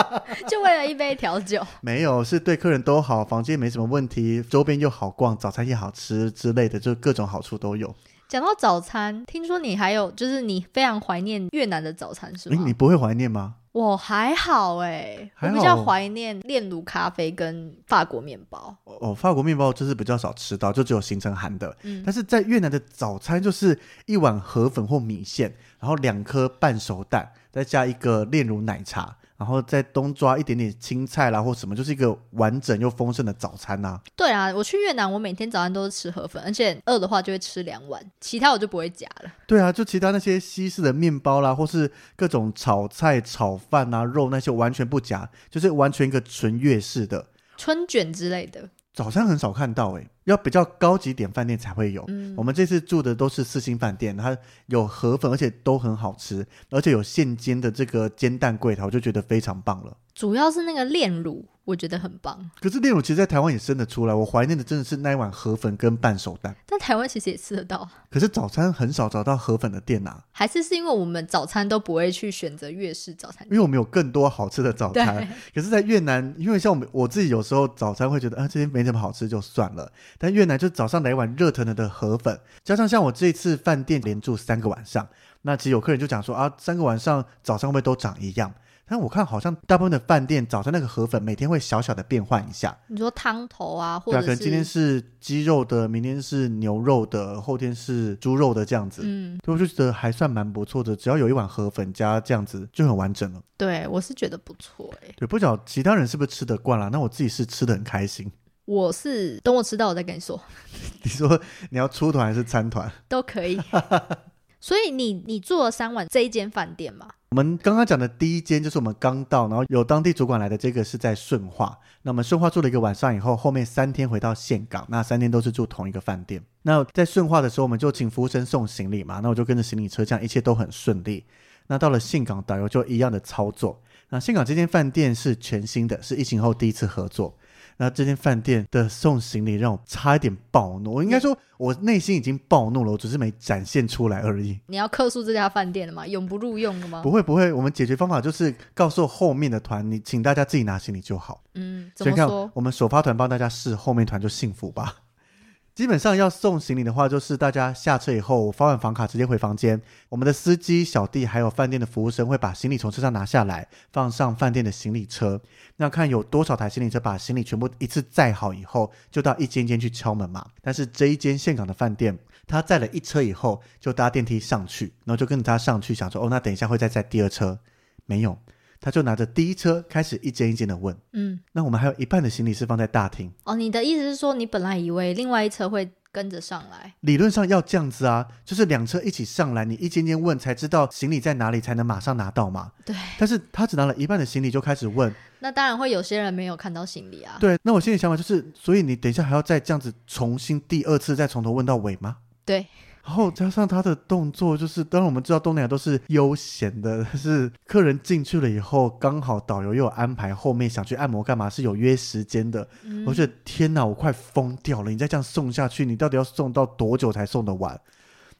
S2: 就为了一杯调酒。
S1: 没有，是对客人都好，房间也没什么问题，周边又好逛，早餐也好吃之类的，就各种好处都有。
S2: 讲到早餐，听说你还有就是你非常怀念越南的早餐是
S1: 诶，
S2: 吗？
S1: 你不会怀念吗？
S2: 我还好哎、
S1: 还好
S2: 我比较怀念炼乳咖啡跟法国面包。
S1: 哦，法国面包就是比较少吃到，就只有行程含的。
S2: 嗯
S1: 但，是在越南的早餐就是一碗河粉或米线，然后两颗半熟蛋，再加一个炼乳奶茶，然后再东抓一点点青菜啦或什么，就是一个完整又丰盛的早餐呐、
S2: 对啊，我去越南，我每天早上都是吃河粉，而且饿的话就会吃两碗，其他我就不会夹了。
S1: 对啊，就其他那些西式的面包啦，或是各种炒菜、炒饭啊、肉那些完全不夹，就是完全一个纯越式的。
S2: 春卷之类的，
S1: 早餐很少看到、欸，哎，要比较高级点饭店才会有。
S2: 嗯
S1: 我们这次住的都是四星饭店，它有河粉，而且都很好吃，而且有现煎的这个煎蛋柜台，我就觉得非常棒了。
S2: 主要是那个炼乳，我觉得很棒。
S1: 可是炼乳其实，在台湾也生得出来，我怀念的真的是那一碗河粉跟半熟蛋。
S2: 但台湾其实也吃得到，啊
S1: 可是早餐很少找到河粉的店啊，
S2: 还是是因为我们早餐都不会去选择粤式早餐
S1: 因。为我们有更多好吃的早餐
S2: 对。
S1: 可是，在越南，因为像我们我自己有时候早餐会觉得啊，这些没什么好吃就算了，但越南就早上来一碗热腾腾的河粉，加上像我这一次饭店连住三个晚上，那其实有客人就讲说啊，三个晚上早上会不会都长一样？但我看好像大部分的饭店早上那个河粉每天会小小的变换一下，
S2: 你说汤头啊，或
S1: 对啊，
S2: 者
S1: 可
S2: 是、
S1: 能今天是鸡肉的，明天是牛肉的，后天是猪肉的这样子。
S2: 嗯，
S1: 对，我就觉得还算蛮不错的，只要有一碗河粉加这样子就很完整了。
S2: 对我是觉得不错哎、
S1: 对，不晓得其他人是不是吃得惯啦？那我自己是吃得很开心。
S2: 我是等我吃到我再跟你说，
S1: 你说你要出团还是参团？
S2: 都可 以。所以你你住了三晚这一间饭店嘛？
S1: 我们刚刚讲的第一间就是我们刚到，然后有当地主管来的，这个是在顺化。那我们顺化住了一个晚上以后，后面三天回到岘港，那三天都是住同一个饭店。那在顺化的时候，我们就请服务生送行李嘛，那我就跟着行李车，这样一切都很顺利。那到了岘港，导游就一样的操作。那岘港这间饭店是全新的，是疫情后第一次合作。那这间饭店的送行李让我差一点暴怒，我应该说我内心已经暴怒了，我只是没展现出来而已。
S2: 你要客诉这家饭店了吗？永不录用了吗
S1: 不？会不会，我们解决方法就是告诉后面的团，你请大家自己拿行李就好。
S2: 嗯，怎
S1: 所以
S2: 么
S1: 看
S2: 说？
S1: 我们首发团帮大家试，后面团就幸福吧。 基本上要送行李的话，就是大家下车以后发完房卡直接回房间，我们的司机小弟还有饭店的服务生会把行李从车上拿下来，放上饭店的行李车。那看有多少台行李车把行李全部一次载好以后，就到一间一间去敲门嘛。但是这一间岘港的饭店，他载了一车以后，就搭电梯上去，然后就跟着他上去，想说哦，那等一下会再载第二车，没有，他就拿着第一车开始一间一间的问。
S2: 嗯，
S1: 那我们还有一半的行李是放在大厅，
S2: 哦，你的意思是说，你本来以为另外一车会跟着上来，
S1: 理论上要这样子啊，就是两车一起上来，你一间间问才知道行李在哪里，才能马上拿到嘛。
S2: 对，
S1: 但是他只拿了一半的行李就开始问，
S2: 那当然会有些人没有看到行李啊。
S1: 对，那我心里想法就是，所以你等一下还要再这样子重新第二次再从头问到尾吗？
S2: 对，
S1: 然后加上他的动作，就是当然我们知道东南亚都是悠闲的，但是客人进去了以后，刚好导游又有安排后面想去按摩干嘛是有约时间的，
S2: 嗯
S1: 我觉得天哪，我快疯掉了！你再这样送下去，你到底要送到多久才送得完？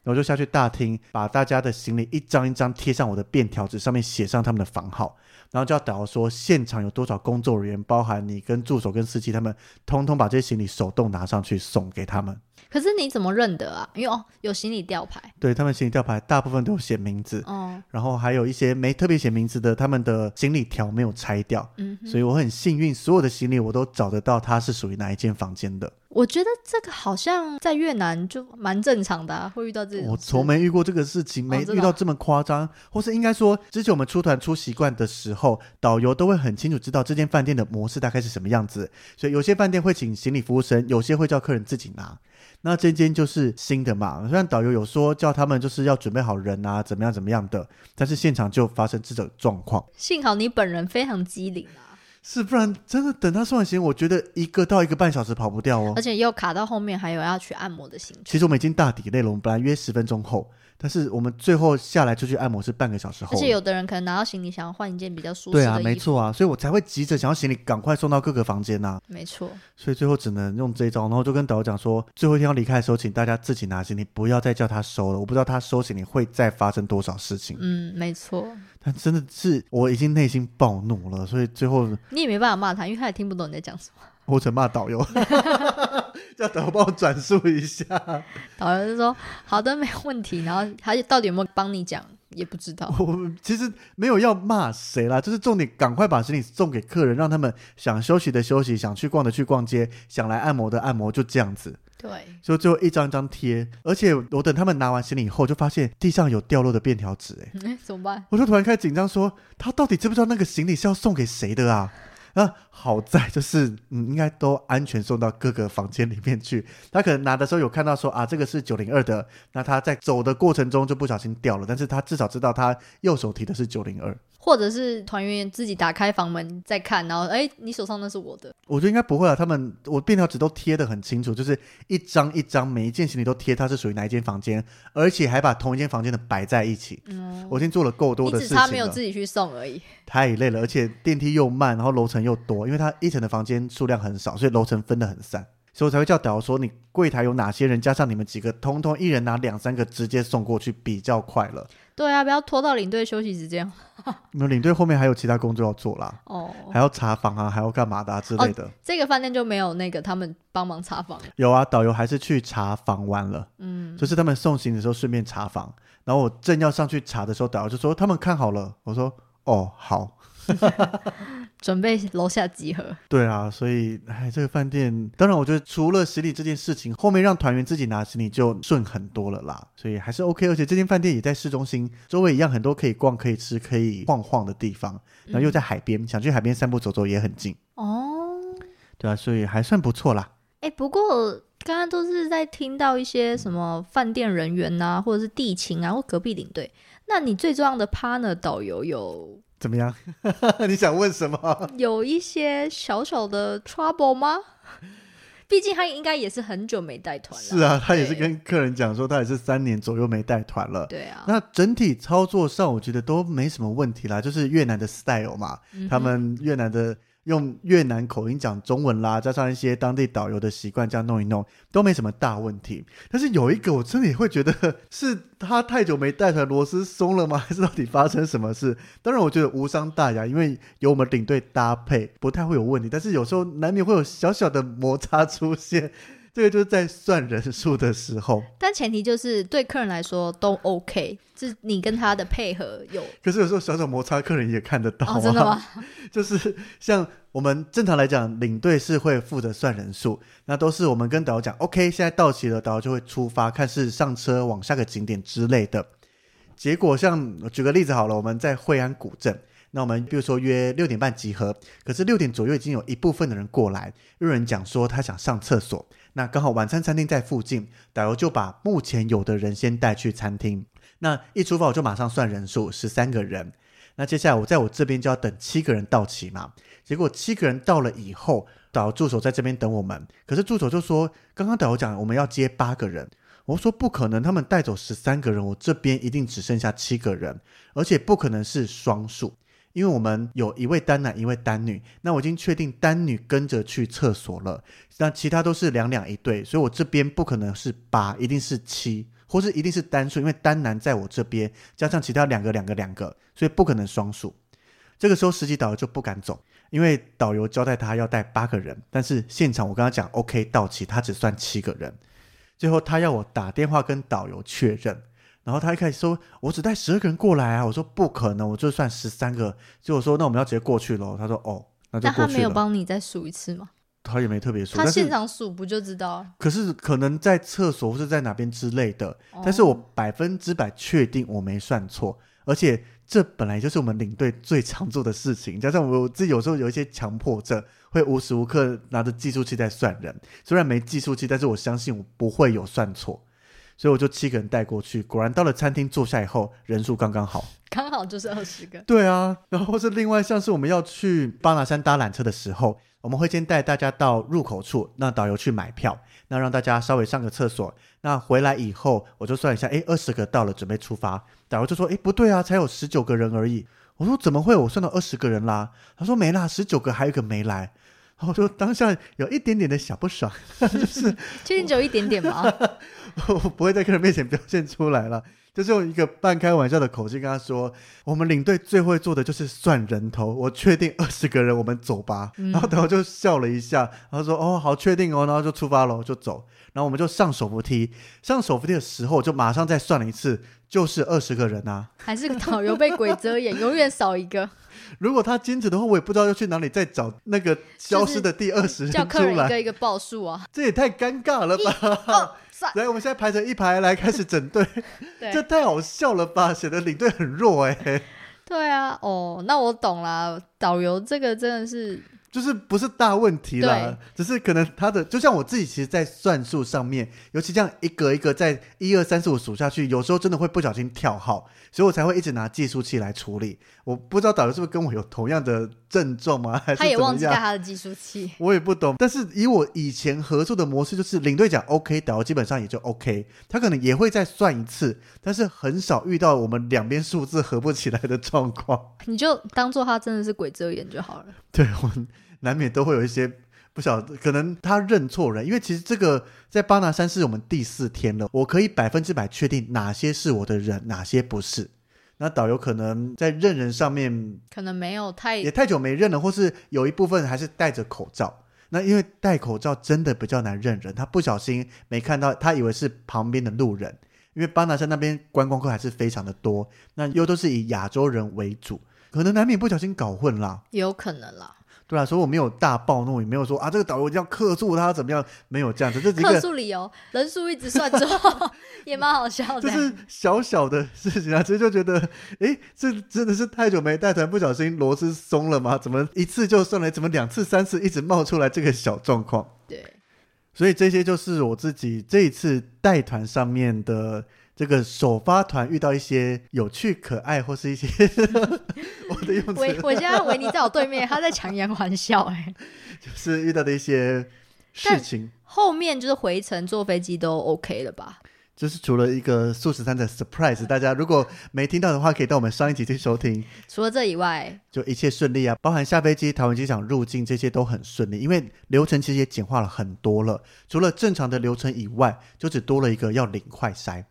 S1: 然后就下去大厅，把大家的行李一张一张贴上我的便条纸，上面写上他们的房号，然后就要导游说现场有多少工作人员，包含你跟助手跟司机他们，通通把这些行李手动拿上去送给他们。
S2: 可是你怎么认得啊？因为哦，有行李吊牌。
S1: 对他们行李吊牌大部分都有写名字，
S2: 哦，
S1: 然后还有一些没特别写名字的，他们的行李条没有拆掉，
S2: 嗯哼，
S1: 所以我很幸运，所有的行李我都找得到它是属于哪一间房间的。
S2: 我觉得这个好像在越南就蛮正常的、啊，会遇到这种事。
S1: 我哦从没遇过这个事情，没
S2: 真的
S1: 遇到
S2: 啊
S1: 这么夸张，或是应该说，之前我们出团出习惯的时候，导游都会很清楚知道这间饭店的模式大概是什么样子，所以有些饭店会请行李服务生，有些会叫客人自己拿。那这间就是新的嘛，虽然导游有说叫他们就是要准备好人啊，怎么样怎么样的，但是现场就发生这种状况，
S2: 幸好你本人非常机灵啊，
S1: 是不然真的等他送完行李，我觉得一个到一个半小时跑不掉哦
S2: 而。且又卡到后面还有要去按摩的行程，
S1: 其实我们已经大抵累了，我们本来约十分钟后，但是我们最后下来出去按摩是半个小时后
S2: 而
S1: 了。
S2: 且有的人可能拿到行李想要换一件比较舒适
S1: 哦对
S2: 的衣服，
S1: 啊，没错啊，所以我才会急着想要行李赶快送到各个房间呐、
S2: 没错，
S1: 所以最后只能用这一招，然后就跟导游讲说，最后一天要离开的时候，请大家自己拿行李，不要再叫他收了。我不知道他收行李会再发生多少事情，
S2: 嗯，没错，
S1: 但真的是我已经内心暴怒了，所以最后
S2: 你也没办法骂他，因为他也听不懂你在讲什么。
S1: 我只能骂 导游，叫导游帮我转述一下。
S2: 导游就说好的，没问题，然后他到底有没有帮你讲也不知道。
S1: 我们其实没有要骂谁啦，就是重点，赶快把行李送给客人，让他们想休息的休息，想去逛的去逛街，想来按摩的按摩，就这样子。
S2: 对，
S1: 就最后一张一张贴，而且我等他们拿完行李以后，就发现地上有掉落的便条纸，哎，
S2: 嗯怎么办？
S1: 我就突然开始紧张说，他到底知不知道那个行李是要送给谁的啊？啊，好在就是嗯，应该都安全送到各个房间里面去。他可能拿的时候有看到说啊，这个是九零二的，那他在走的过程中就不小心掉了，但是他至少知道他右手提的是九零二。
S2: 或者是团员自己打开房门再看，然后哎、你手上那是我的，
S1: 我觉得应该不会啊，他们我便条纸都贴的很清楚，就是一张一张，每一件行李都贴它是属于哪一间房间，而且还把同一间房间的摆在一起。
S2: 嗯，
S1: 我已经做了够多
S2: 你
S1: 的
S2: 只
S1: 事情啊
S2: 差没有
S1: 了
S2: 自，己去送而已。
S1: 太累了，而且电梯又慢，然后楼层又多，因为它一层的房间数量很少，所以楼层分得很散，所以我才会叫导游说你柜台有哪些人，加上你们几个，通通一人拿两三个直接送过去，比较快了。
S2: 对啊，不要拖到领队休息时间
S1: 你们领队后面还有其他工作要做啦，
S2: 哦。
S1: 还要查房啊，还要干嘛的、啊、之类的。
S2: 这个饭店就没有那个他们帮忙查房了，
S1: 有啊，导游还是去查房完了。
S2: 嗯，
S1: 就是他们送行的时候顺便查房，然后我正要上去查的时候，导游就说他们看好了，我说哦好，
S2: 准备楼下集合。
S1: 对啊，所以哎这个饭店，当然我觉得除了行李这件事情，后面让团员自己拿行李就顺很多了啦，所以还是 OK，而且这间饭店也在市中心，周围一样很多可以逛、可以吃、可以晃晃的地方，然后又在海边，想去海边散步走走也很近，
S2: 哦，
S1: 对啊，所以还算不错啦。
S2: 哎、不过刚刚都是在听到一些什么饭店人员呐、或者是地勤啊，或隔壁领队。那你最重要的 partner 导游有
S1: 怎么样？ 你想问什么？
S2: 有一些小小的 trouble 吗？毕竟他应该也是很久没带团了。
S1: 是啊，他也是
S2: 对
S1: 跟客人讲说，他也是三年左右没带团了。
S2: 对啊，
S1: 那整体操作上，我觉得都没什么问题啦，就是越南的 style 嘛，
S2: 嗯哼
S1: 他们越南的用越南口音讲中文啦，加上一些当地导游的习惯，这样弄一弄都没什么大问题。但是有一个，我真的也会觉得是他太久没带团，螺丝松了吗？还是到底发生什么事？当然，我觉得无伤大雅，因为有我们领队搭配，不太会有问题。但是有时候难免会有小小的摩擦出现，这个就是在算人数的时 候。
S2: 但前提就是对客人来说都 OK，就是你跟他的配合 有
S1: 可是有时候小小摩擦，客人也看得到、啊
S2: 哦，真哦的吗？
S1: 就是像我们正常来讲，领队是会负责算人数，那都是我们跟导游讲，OK，现在到齐了，导游就会出发，看是上车往下个景点之类的。结果像我举个例子好了，我们在惠安古镇，那我们比如说约六点半集合，可是六点左右已经有一部分的人过来，有人讲说他想上厕所，那刚好晚餐餐厅在附近，导游就把目前有的人先带去餐厅。那一出发我就马上算人数，十三个人。那接下来我在我这边就要等七个人到齐嘛。结果七个人到了以后，导游助手在这边等我们，可是助手就说，刚刚导游讲我们要接八个人。我说不可能，他们带走十三个人，我这边一定只剩下七个人，而且不可能是双数，因为我们有一位单男，一位单女。那我已经确定单女跟着去厕所了，那其他都是两两一对，所以我这边不可能是八，一定是七，或是一定是单数，因为单男在我这边，加上其他两个两个两个，所以不可能双数。这个时候实习导游就不敢走，因为导游交代他要带八个人，但是现场我跟他讲 OK 到齐，他只算七个人。最后他要我打电话跟导游确认，然后他一开始说我只带十二个人过来啊，我说不可能，我就算十三个。结果说那我们要直接过去喽，他说哦，那就
S2: 但
S1: 过
S2: 他
S1: 去
S2: 没有
S1: 了。
S2: 帮你再数一次吗？
S1: 他也没特别说，
S2: 他
S1: 但
S2: 现
S1: 是
S2: 场数不就知道了？
S1: 可是可能在厕所或是在哪边之类的，
S2: 哦
S1: 但是我百分之百确定我没算错，而且这本来就是我们领队最常做的事情，加上我自己有时候有一些强迫症，会无时无刻拿着计数器在算人。虽然没计数器，但是我相信我不会有算错，所以我就七个人带过去。果然到了餐厅坐下以后，人数刚刚好。
S2: 刚好就是二十个。
S1: 对啊，然后是另外像是我们要去巴拿山搭缆车的时候，我们会先带大家到入口处，让导游去买票，那让大家稍微上个厕所。那回来以后，我就算一下，诶，二十个到了，准备出发。导游就说，诶，不对啊，才有十九个人而已。我说怎么会？我算到二十个人啦。他说没啦，十九个还有一个没来。然后我就当下有一点点的小不爽，
S2: 确定只有一点 点吗？
S1: 我不会在客人面前表现出来了， 就是用一个半开玩笑的口气跟他说：“我们领队最会做的就是算人头，我确定二十个人，我们走吧。
S2: 嗯
S1: 然后导游就笑了一下，然后说：“哦，好，确定哦。”然后就出发了，就走。然后我们就上手扶梯，上手扶梯的时候就马上再算了一次，就是二十个人啊。
S2: 还是导游被鬼遮眼，永远少一 个，
S1: 如果他坚持的话，我也不知道要去哪里再找那个消失的第二十
S2: 叫
S1: 人出
S2: 客人一
S1: 来，
S2: 个一个报数啊。
S1: 这也太尴尬了吧！
S2: 哦，算
S1: 来，我们现在排成一排来开始整队。
S2: 对
S1: 这太好笑了吧！显得领队很弱哎、
S2: 对啊，哦，那我懂啦。导游这个真的是
S1: 就是不是大问题啦
S2: 对，
S1: 只是可能他的就像我自己，其实，在算术上面，尤其这样一个一个在一二三四五数下去，有时候真的会不小心跳号，所以我才会一直拿计数器来处理。我不知道导游是不是跟我有同样的症状吗？还是
S2: 他也
S1: 怎么
S2: 忘记带
S1: 样？
S2: 他的计数器。
S1: 我也不懂，但是以我以前合作的模式，就是领队讲 OK，导游基本上也就 OK，他可能也会再算一次，但是很少遇到我们两边数字合不起来的状况。
S2: 你就当做他真的是鬼遮眼就好了。
S1: 对我难免都会有一些不晓得，可能他认错人，因为其实这个在巴拿山是我们第四天了，我可以百分之百确定哪些是我的人，哪些不是。那导游可能在认人上面
S2: 可能没有太
S1: 也太久没认了，或是有一部分还是戴着口罩。那因为戴口罩真的比较难认人，他不小心没看到，他以为是旁边的路人。因为巴拿山那边观光客还是非常的多，那又都是以亚洲人为主，可能难免不小心搞混啦。
S2: 有可能啦。
S1: 对啊，所以我没有大暴怒，也没有说啊这个导游一定要克诉他怎么样，没有这样子，这是一
S2: 客
S1: 个
S2: 诉理由人数一直算 之后，也蛮好笑
S1: 就
S2: 的。
S1: 是小小的事情啊，所 以就觉得，诶，这真的是太久没带团，不小心螺丝松了吗？怎么一次就算了，怎么两次、三次一直冒出来这个小状况？
S2: 对，
S1: 所以这些就是我自己这一次带团上面的这个首发团遇到一些有趣、可爱或是一些我的用词
S2: 维我现在维尼在我对面，他在强颜欢笑、 哎，
S1: 就是遇到的一些事
S2: 但
S1: 情，
S2: 后面就是回程坐飞机都 OK 了吧？
S1: 就是除了一个素食餐的 surprise，大家如果没听到的话，可以到我们上一集去收听。
S2: 除了这以外，
S1: 就一切顺利啊，包含下飞机、桃园机场入境这些都很顺利，因为流程其实也简化了很多了。除了正常的流程以外，就只多了一个要领快筛，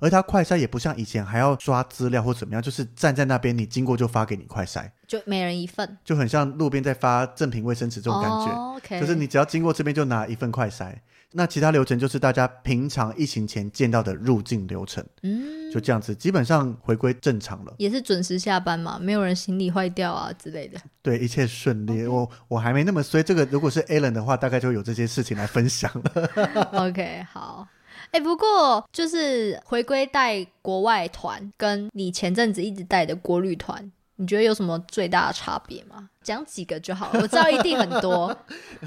S1: 而它快筛也不像以前还要刷资料或怎么样，就是站在那边你经过就发给你快筛，
S2: 就每人一份，
S1: 就很像路边在发赠品卫生纸这种感觉。
S2: 哦、OK，
S1: 就是你只要经过这边就拿一份快筛，那其他流程就是大家平常疫情前见到的入境流程。
S2: 嗯，
S1: 就这样子，基本上回归正常了，
S2: 也是准时下班嘛，没有人行李坏掉啊之类的。
S1: 对，一切顺利。我我还没那么衰，这个如果是 Alan 的话，大概就有这些事情来分享了。
S2: OK，好。哎、不过就是回归带国外团，跟你前阵子一直带的国旅团，你觉得有什么最大的差别吗？讲几个就好了，我知道一定很 多。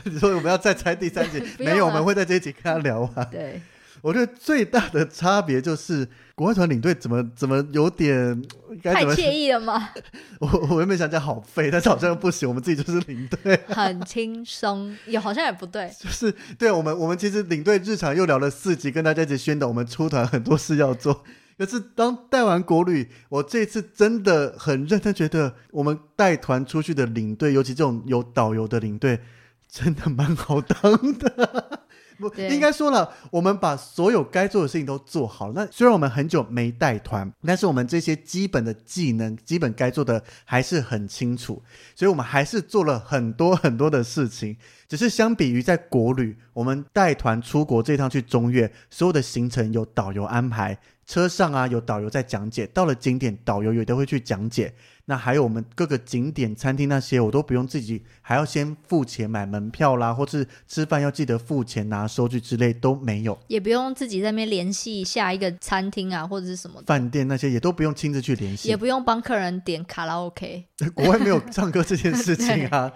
S1: 你说我们要再猜第三集
S2: ？不用
S1: 没有，
S2: 了
S1: 我们会在这一集跟他聊啊。
S2: 对，
S1: 我觉得最大的差别就是国外团领队怎么怎么有点该
S2: 太
S1: 怎么，
S2: 惬意了吗？
S1: 我我原本想讲好废，但是好像又不行，我们自己就是领队。
S2: 很轻松，也好像也不对。
S1: 就是对我们，我们其实领队日常又聊了四集，跟大家一起宣导我们出团很多事要做。可是当带完国旅，我这一次真的很认真，觉得我们带团出去的领队，尤其这种有导游的领队，真的蛮好当的。不，
S2: 对
S1: 应该说了，我们把所有该做的事情都做好了。那虽然我们很久没带团，但是我们这些基本的技能、基本该做的还是很清楚，所以我们还是做了很多很多的事情。只是相比于在国旅，我们带团出国这趟去中越，所有的行程有导游安排，车上啊有导游在讲解，到了景点导游也都会去讲解。那还有我们各个景点、餐厅那些，我都不用自己，还要先付钱买门票啦，或是吃饭要记得付钱拿收据之类都没有。
S2: 也不用自己在那边联系下一个餐厅啊，或者是什么的，
S1: 饭店那些也都不用亲自去联系，
S2: 也不用帮客人点卡拉 OK。
S1: 国外没有唱歌这件事情啊。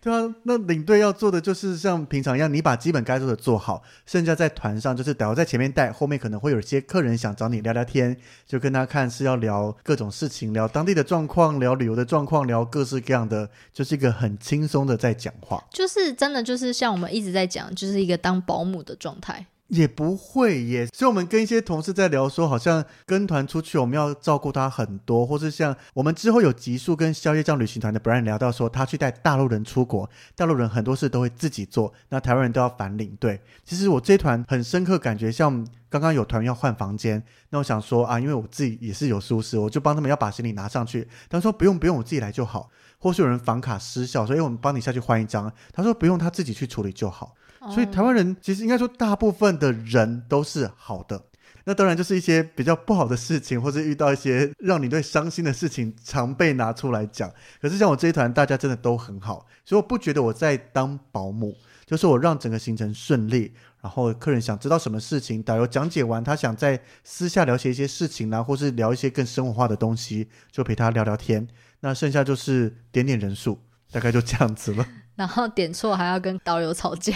S1: 对啊，那领队要做的就是像平常一样，你把基本该做的做好，剩下在团上就是导游在前面带，后面可能会有一些客人想找你聊聊天，就跟他看是要聊各种事情，聊当地的状况，聊旅游的状况，聊各式各样的，就是一个很轻松的在讲话，
S2: 就是真的，就是像我们一直在讲，就是一个当保姆的状态。
S1: 也不会耶。所以我们跟一些同事在聊说，好像跟团出去我们要照顾他很多，或是像我们之后有集数跟宵夜酱旅行团的 Brian 聊到说，他去带大陆人出国，大陆人很多事都会自己做，那台湾人都要反领队。其实我这一团很深刻感觉，像刚刚有团员要换房间，那我想说啊，因为我自己也是有舒适，我就帮他们要把行李拿上去。他说不用不用，我自己来就好。或是有人房卡失效，哎所以我们帮你下去换一张。他说不用，他自己去处理就好。所以
S2: 哦
S1: 台湾人其实应该说，大部分的人都是好的。那当然就是一些比较不好的事情，或是遇到一些让你对伤心的事情，常被拿出来讲。可是像我这一团，大家真的都很好，所以我不觉得我在当保姆，就是我让整个行程顺利。然后客人想知道什么事情，导游讲解完，他想在私下了解一些事情啦、或是聊一些更生活化的东西，就陪他聊聊天。那剩下就是点点人数，大概就这样子了。
S2: 然后点错还要跟导游吵架，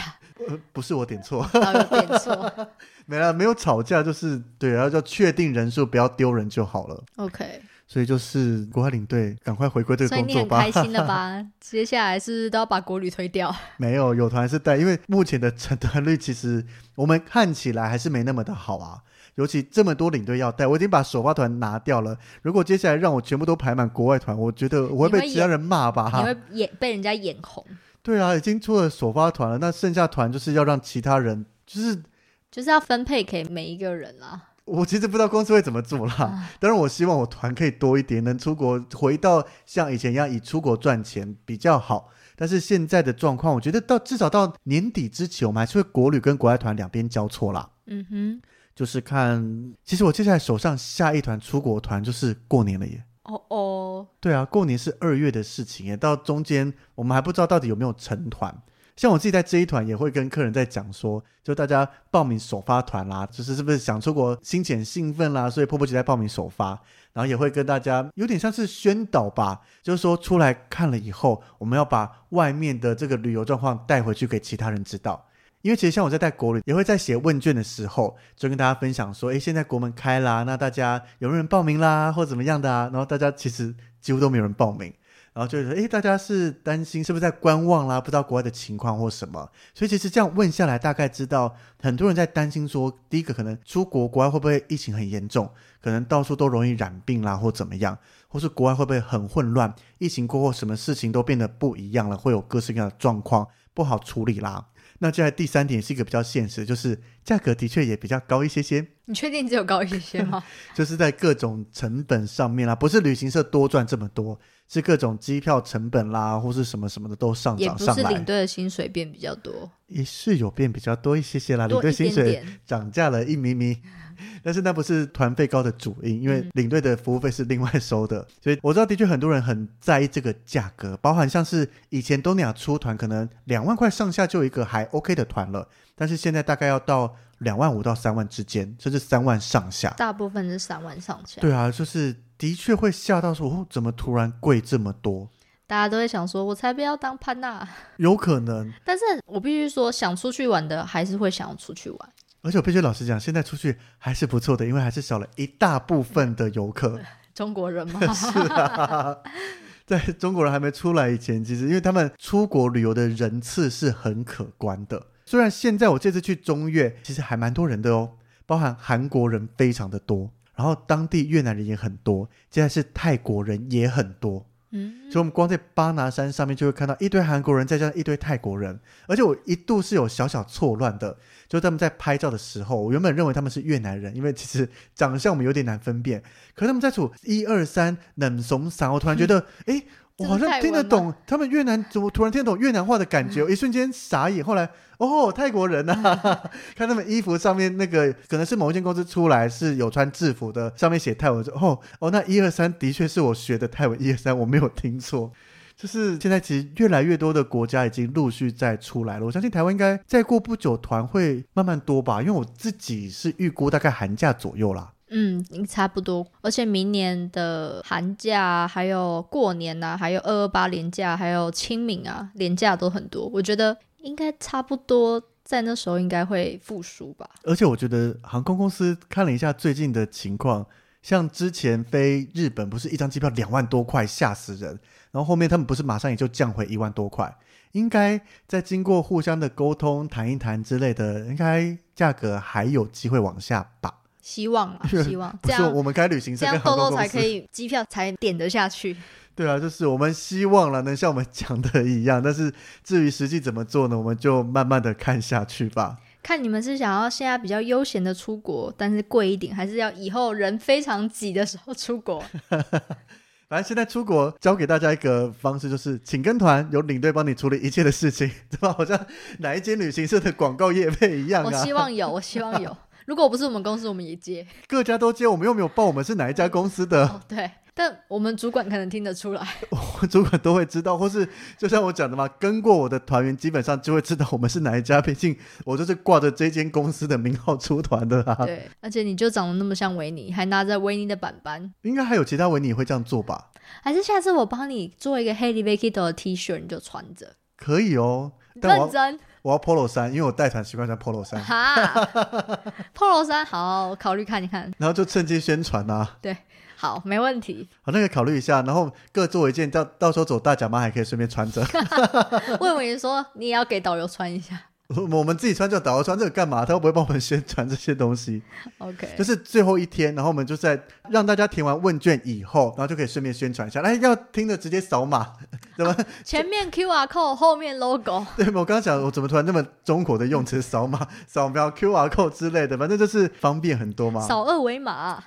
S1: 呃，不是我点错，
S2: 导游点错。
S1: 没了，没有吵架，就是对，然后要确定人数，不要丢人就好了。
S2: OK，
S1: 所以就是国外领队赶快回归这个
S2: 所以
S1: 工
S2: 你
S1: 作
S2: 很
S1: 吧
S2: 开。心了吧？ 接下来是不是都要把国旅推掉？
S1: 没有，有团还是带，因为目前的成团率其实我们看起来还是没那么的好啊。尤其这么多领队要带，我已经把首发团拿掉了。如果接下来让我全部都排满国外团，我觉得我会
S2: 你会
S1: 被其他人骂吧。
S2: 你会眼被人家眼红，
S1: 对啊，已经出了首发团了，那剩下团就是要让其他人，就是
S2: 就是要分配给每一个人啊啦。
S1: 我其实不知道公司会怎么做啦。当然，我希望我团可以多一点，能出国回到像以前一样以出国赚钱比较好。但是现在的状况，我觉得到至少到年底之前，我们还是会国旅跟国外团两边交错啦。
S2: 嗯哼，
S1: 就是看，其实我接下来手上下一团出国团就是过年了耶。
S2: 哦哦，
S1: 对啊，过年是二月的事情耶，到中间我们还不知道到底有没有成团。像我自己在这一团也会跟客人在讲说，就大家报名首发团啦，就是是不是想出国心情很兴奋啦，所以迫不及待报名首发，然后也会跟大家有点像是宣导吧，就是说出来看了以后，我们要把外面的这个旅游状况带回去给其他人知道。因为其实像我在带国旅，也会在写问卷的时候，就跟大家分享说，诶，现在国门开啦，那大家有没有人报名啦，或怎么样的啊？然后大家其实几乎都没有人报名，然后就会说，诶，大家是担心是不是在观望啦，不知道国外的情况或什么。所以其实这样问下来，大概知道很多人在担心说，第一个可能出国国外会不会疫情很严重，可能到处都容易染病啦，或怎么样，或是国外会不会很混乱，疫情过后什么事情都变得不一样了，会有各式各样的状况不好处理啦。那接下来第三点是一个比较现实，就是价格的确也比较高一些些，
S2: 你确定只有高一些 吗？
S1: 就是在各种成本上面啦，不是旅行社多赚这么多，是各种机票成本啦，或是什么什么的都上
S2: 也
S1: 涨
S2: 不
S1: 上
S2: 是领
S1: 来，
S2: 队的薪水变比较多，
S1: 也是有变比较多一些些啦，啊领
S2: 多
S1: 队
S2: 一
S1: 薪
S2: 点
S1: 水
S2: 点。
S1: 涨价了一咪咪。但是那不是团费高的主因，因为
S2: 嗯
S1: 领队的服务费是另外收的，所以我知道的确很多人很在意这个价格，包含像是以前东南亚出团可能两万块上下就有一个还 OK 的团了，但是现在大概要到两万五到三万之间，甚至三万上下。
S2: 大部分是三万上下，
S1: 对啊，就是的确会吓到说，哦，怎么突然贵这么多？
S2: 大家都会想说，我才不要当潘娜。
S1: 有可能，
S2: 但是我必须说，想出去玩的还是会想要出去玩。
S1: 而且我必须老实讲，现在出去还是不错的，因为还是少了一大部分的游客。
S2: 中国人 嘛，
S1: 在中国人还没出来以前，其实因为他们出国旅游的人次是很可观的。虽然现在我这次去中越，其实还蛮多人的哦，包含韩国人非常的多，然后当地越南人也很多，接下来是泰国人也很多。
S2: 嗯，
S1: 所以我们光在巴拿山上面就会看到一堆韩国人，再加上一堆泰国人，而且我一度是有小小错乱的，就是他们在拍照的时候，我原本认为他们是越南人，因为其实长相我们有点难分辨，可是他们在数一二三冷怂散，我突然觉得，诶，我好像听得懂他们越南怎么突然听得懂越南话的感觉，我一瞬间傻眼。后来哦，泰国人啊，看他们衣服上面那个可能是某一间公司出来是有穿制服的，上面写泰文，我就哦哦，那一二三的确是我学的泰文一二三我没有听错。就是现在，其实越来越多的国家已经陆续在出来了。我相信台湾应该再过不久，团会慢慢多吧。因为我自己是预估大概寒假左右啦。
S2: 嗯，差不多。而且明年的寒假啊、还有过年呐、还有二二八连假，还有清明啊，连假都很多。我觉得应该差不多在那时候应该会复苏吧。
S1: 而且我觉得航空公司看了一下最近的情况，像之前飞日本不是一张机票两万多块，吓死人。然后后面他们不是马上也就降回一万多块，应该在经过互相的沟通、谈一谈之类的，应该价格还有机会往下吧。
S2: 希 望啊，希望
S1: 不
S2: 这
S1: 是
S2: 样
S1: 我们开旅行
S2: 这
S1: 社
S2: 样
S1: 跟
S2: 豆
S1: 航空
S2: 豆
S1: 公
S2: 才
S1: 司
S2: 可。以机票才点得下去。
S1: 对啊，就是我们希望了能像我们讲的一样，但是至于实际怎么做呢，我们就慢慢的看下去吧。
S2: 看你们是想要现在比较悠闲的出国，但是贵一点，还是要以后人非常挤的时候出国？
S1: 反正现在出国教给大家一个方式，就是请跟团，有领队帮你处理一切的事情， 对吧？好像哪一间旅行社的广告业配一样
S2: 我
S1: 啊
S2: 希，望有，我希望有。 如果不是我们公司，我们也接。
S1: 各家都接，我们又没有报我们是哪一家公司的，
S2: 哦，对，但我们主管可能听得出来。
S1: 我主管都会知道，或是就像我讲的嘛，跟过我的团员基本上就会知道我们是哪一家，毕竟我就是挂着这间公司的名号出团的啊。
S2: 对，而且你就长得那么像维尼，还拿着维尼的板板，
S1: 应该还有其他维尼也会这样做吧？
S2: 还是下次我帮你做一个 Haley v a k i d o 的 T 恤，你就穿着。
S1: 可以哦，但我
S2: 认
S1: 要
S2: 真
S1: 我要 polo 衫，因为我带团习惯穿 polo 衫，
S2: 哈，Polo 衫好，我考虑看一看，
S1: 然后就趁机宣传呐、啊，
S2: 好，没问题。
S1: 好，那个考虑一下，然后各做一件，到到时候走大甲妈还可以顺便穿着，
S2: 我以为你说你也要给导游穿一下
S1: 我们自己穿就导游穿这个干嘛？他又不会帮我们宣传这些东西，
S2: ，OK，
S1: 就是最后一天，然后我们就在让大家填完问卷以后，然后就可以顺便宣传一下，哎，要听的直接扫码， 怎么？
S2: 前面 QR code，后面 logo，
S1: 对，我刚刚讲我怎么突然那么中国的用词，扫码、 扫描、QR code 之类的，反正就是方便很多嘛。
S2: 扫二维码，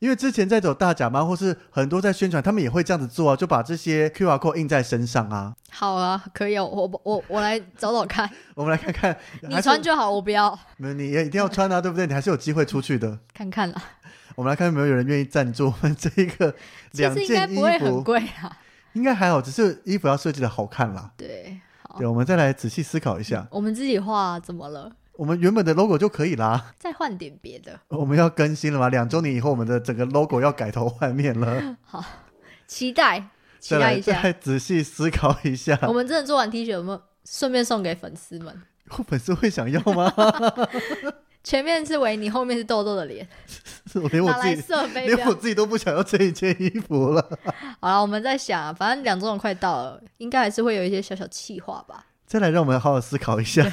S1: 因为之前在走大甲妈，或是很多在宣传，他们也会这样子做啊，就把这些 QR code 印在身上啊。
S2: 好啊，可以哦，我我我来找找看，
S1: 我们来看看，
S2: 你
S1: 还是
S2: 穿就好，我不要，
S1: 没有你也一定要穿啊，对不对？你还是有机会出去的。
S2: 看看啦，
S1: 我们来看有没有人愿意赞助我们这一个
S2: 其
S1: 两
S2: 实应该
S1: 件衣
S2: 不会很
S1: 服，
S2: 贵啊，
S1: 应该还好，只是衣服要设计的好看啦。
S2: 对，好
S1: 对，，我们再来仔细思考一下，
S2: 我们自己画怎么了？
S1: 我们原本的 logo 就可以啦。
S2: 再换点别的，
S1: 我们要更新了嘛？两周年以后，我们的整个 logo 要改头换面 了。
S2: 期待期
S1: 再
S2: 待
S1: 来
S2: 一
S1: 再
S2: 下，
S1: 来仔细思考一下，
S2: 我们真的做完 T 恤有没有顺便送给粉丝们？
S1: 粉丝会想要吗？
S2: 前面是维尼，后面是豆豆的脸，
S1: 我连我
S2: 拿来
S1: 自己
S2: 设飞
S1: 连
S2: 镖
S1: 我。自己都不想要这一件衣服了。
S2: 好了，我们在想、啊，反正两周年快到了，应该还是会有一些小小气话吧。
S1: 再来，让我们好好思考一下。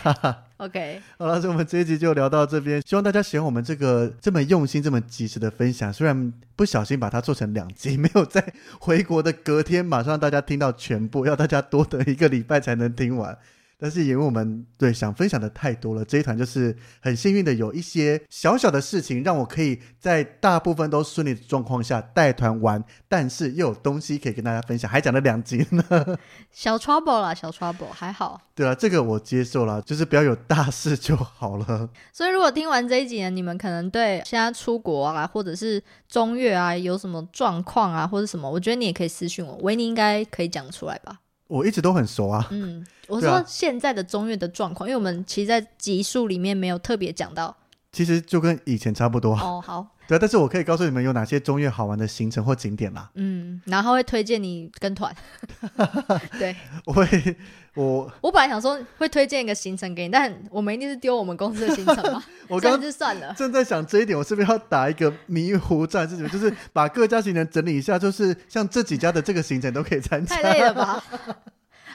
S2: OK，
S1: 好了，所以我们这一集就聊到这边，希望大家喜欢我们这个这么用心、这么及时的分享。虽然不小心把它做成两集， 没有在回国的隔天马上让大家听到全部，要大家多等一个礼拜才能听完。但是因为我们对想分享的太多了，这一团就是很幸运的有一些小小的事情，让我可以在大部分都顺利的状况下带团玩，但是又有东西可以跟大家分享，还讲了两集呢。
S2: 小 trouble 啦，小 trouble 还好。
S1: 对啊了，这个我接受了，就是不要有大事就好了。
S2: 所以如果听完这一集呢，你们可能对现在出国啊，或者是中越啊有什么状况啊，或者什么，我觉得你也可以私信我，维尼应该可以讲出来吧。
S1: 我一直都很熟啊。
S2: 嗯，我
S1: 对啊
S2: 说现在的中越的状况，因为我们其实，在集数里面没有特别讲 到。
S1: 其实就跟以前差不多，
S2: 哦，好，
S1: 对啊。但是我可以告诉你们有哪些中越好玩的行程或景点啦。
S2: 嗯，然后他会推荐你跟团。 对
S1: 我会，我
S2: 我本来想说会推荐一个行程给你，但我们一定是丢我们公司的行程嘛，
S1: 我
S2: 算
S1: 刚
S2: 是算 了。
S1: 正在想这一点，我是不是要打一个迷糊战？是什么？就是把各家行程整理一下，就是像这几家的这个行程都可以参加
S2: 太。累了吧？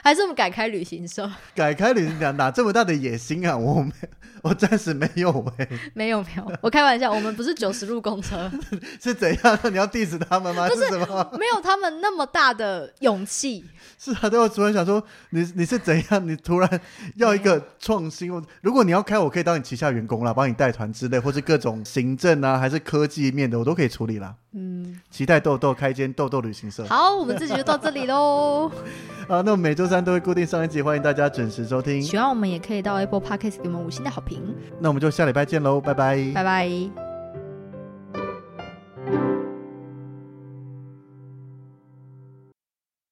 S2: 还是我们改开旅行社？
S1: 改开旅行哪哪这么大的野心啊？我没，我暂时没有哎、
S2: 没有没有，我开玩笑，我们不是九十路公车，
S1: 是怎样？ 你要 diss 他们吗？
S2: 不
S1: 是
S2: 是
S1: 什么？
S2: 没有他们那么大的勇气。
S1: 是啊，对我突然想说，你你是怎样？你突 然要一个创新？我如果你要开，我可以当你旗下员工啦，帮你带团之类，或是各种行政啊，还是科技面的，我都可以处理啦。
S2: 嗯，
S1: 期待豆豆开一间豆豆旅行社。
S2: 好，我们这集就到这里喽。
S1: 啊，那我们每周三都会固定上一集，欢迎大家准时收听。
S2: 喜欢我们也可以到 Apple Podcast 给我们五星的好评，
S1: 那我们就下礼拜见喽，拜拜
S2: 拜拜。